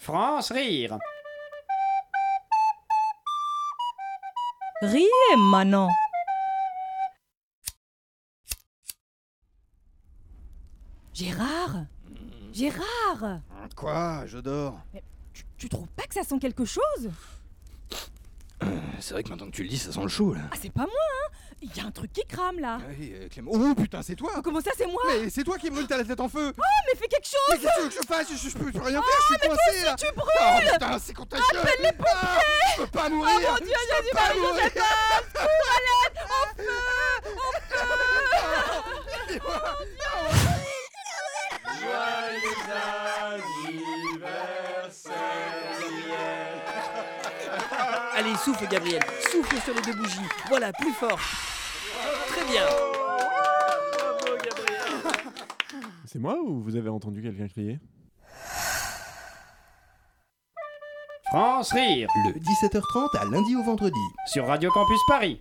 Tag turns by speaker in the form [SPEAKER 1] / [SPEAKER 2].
[SPEAKER 1] France Rire.
[SPEAKER 2] Riez, Manon. Gérard Gérard
[SPEAKER 3] Quoi Je dors
[SPEAKER 2] tu, tu trouves pas que ça sent quelque chose
[SPEAKER 3] Euh, C'est vrai que maintenant que tu le dis, ça sent le chaud là.
[SPEAKER 2] Ah, c'est pas moi, hein Il y a un truc qui crame là
[SPEAKER 3] Oui, euh, Clément. Oh putain, c'est toi
[SPEAKER 2] Comment ça, c'est moi Ah,
[SPEAKER 3] Mais c'est toi qui brûle ta tête en feu
[SPEAKER 2] Mais fais quelque chose
[SPEAKER 3] Mais qu'est-ce que tu veux que je fasse je, je peux plus rien faire, je suis coincé là
[SPEAKER 2] Tu brûles
[SPEAKER 3] Oh putain, c'est contagieux Appelle les pompiers Oh, Je peux pas mourir
[SPEAKER 2] mon Dieu, il y a
[SPEAKER 3] Je peux
[SPEAKER 2] du
[SPEAKER 3] pas
[SPEAKER 2] baril dans
[SPEAKER 3] mourir
[SPEAKER 4] Allez, souffle, Gabriel. Souffle sur les deux bougies. Voilà, plus fort. Très bien.
[SPEAKER 5] C'est moi ou vous avez entendu quelqu'un crier
[SPEAKER 1] France Rire
[SPEAKER 6] Le 17h30 à lundi au vendredi.
[SPEAKER 1] sur Radio Campus Paris.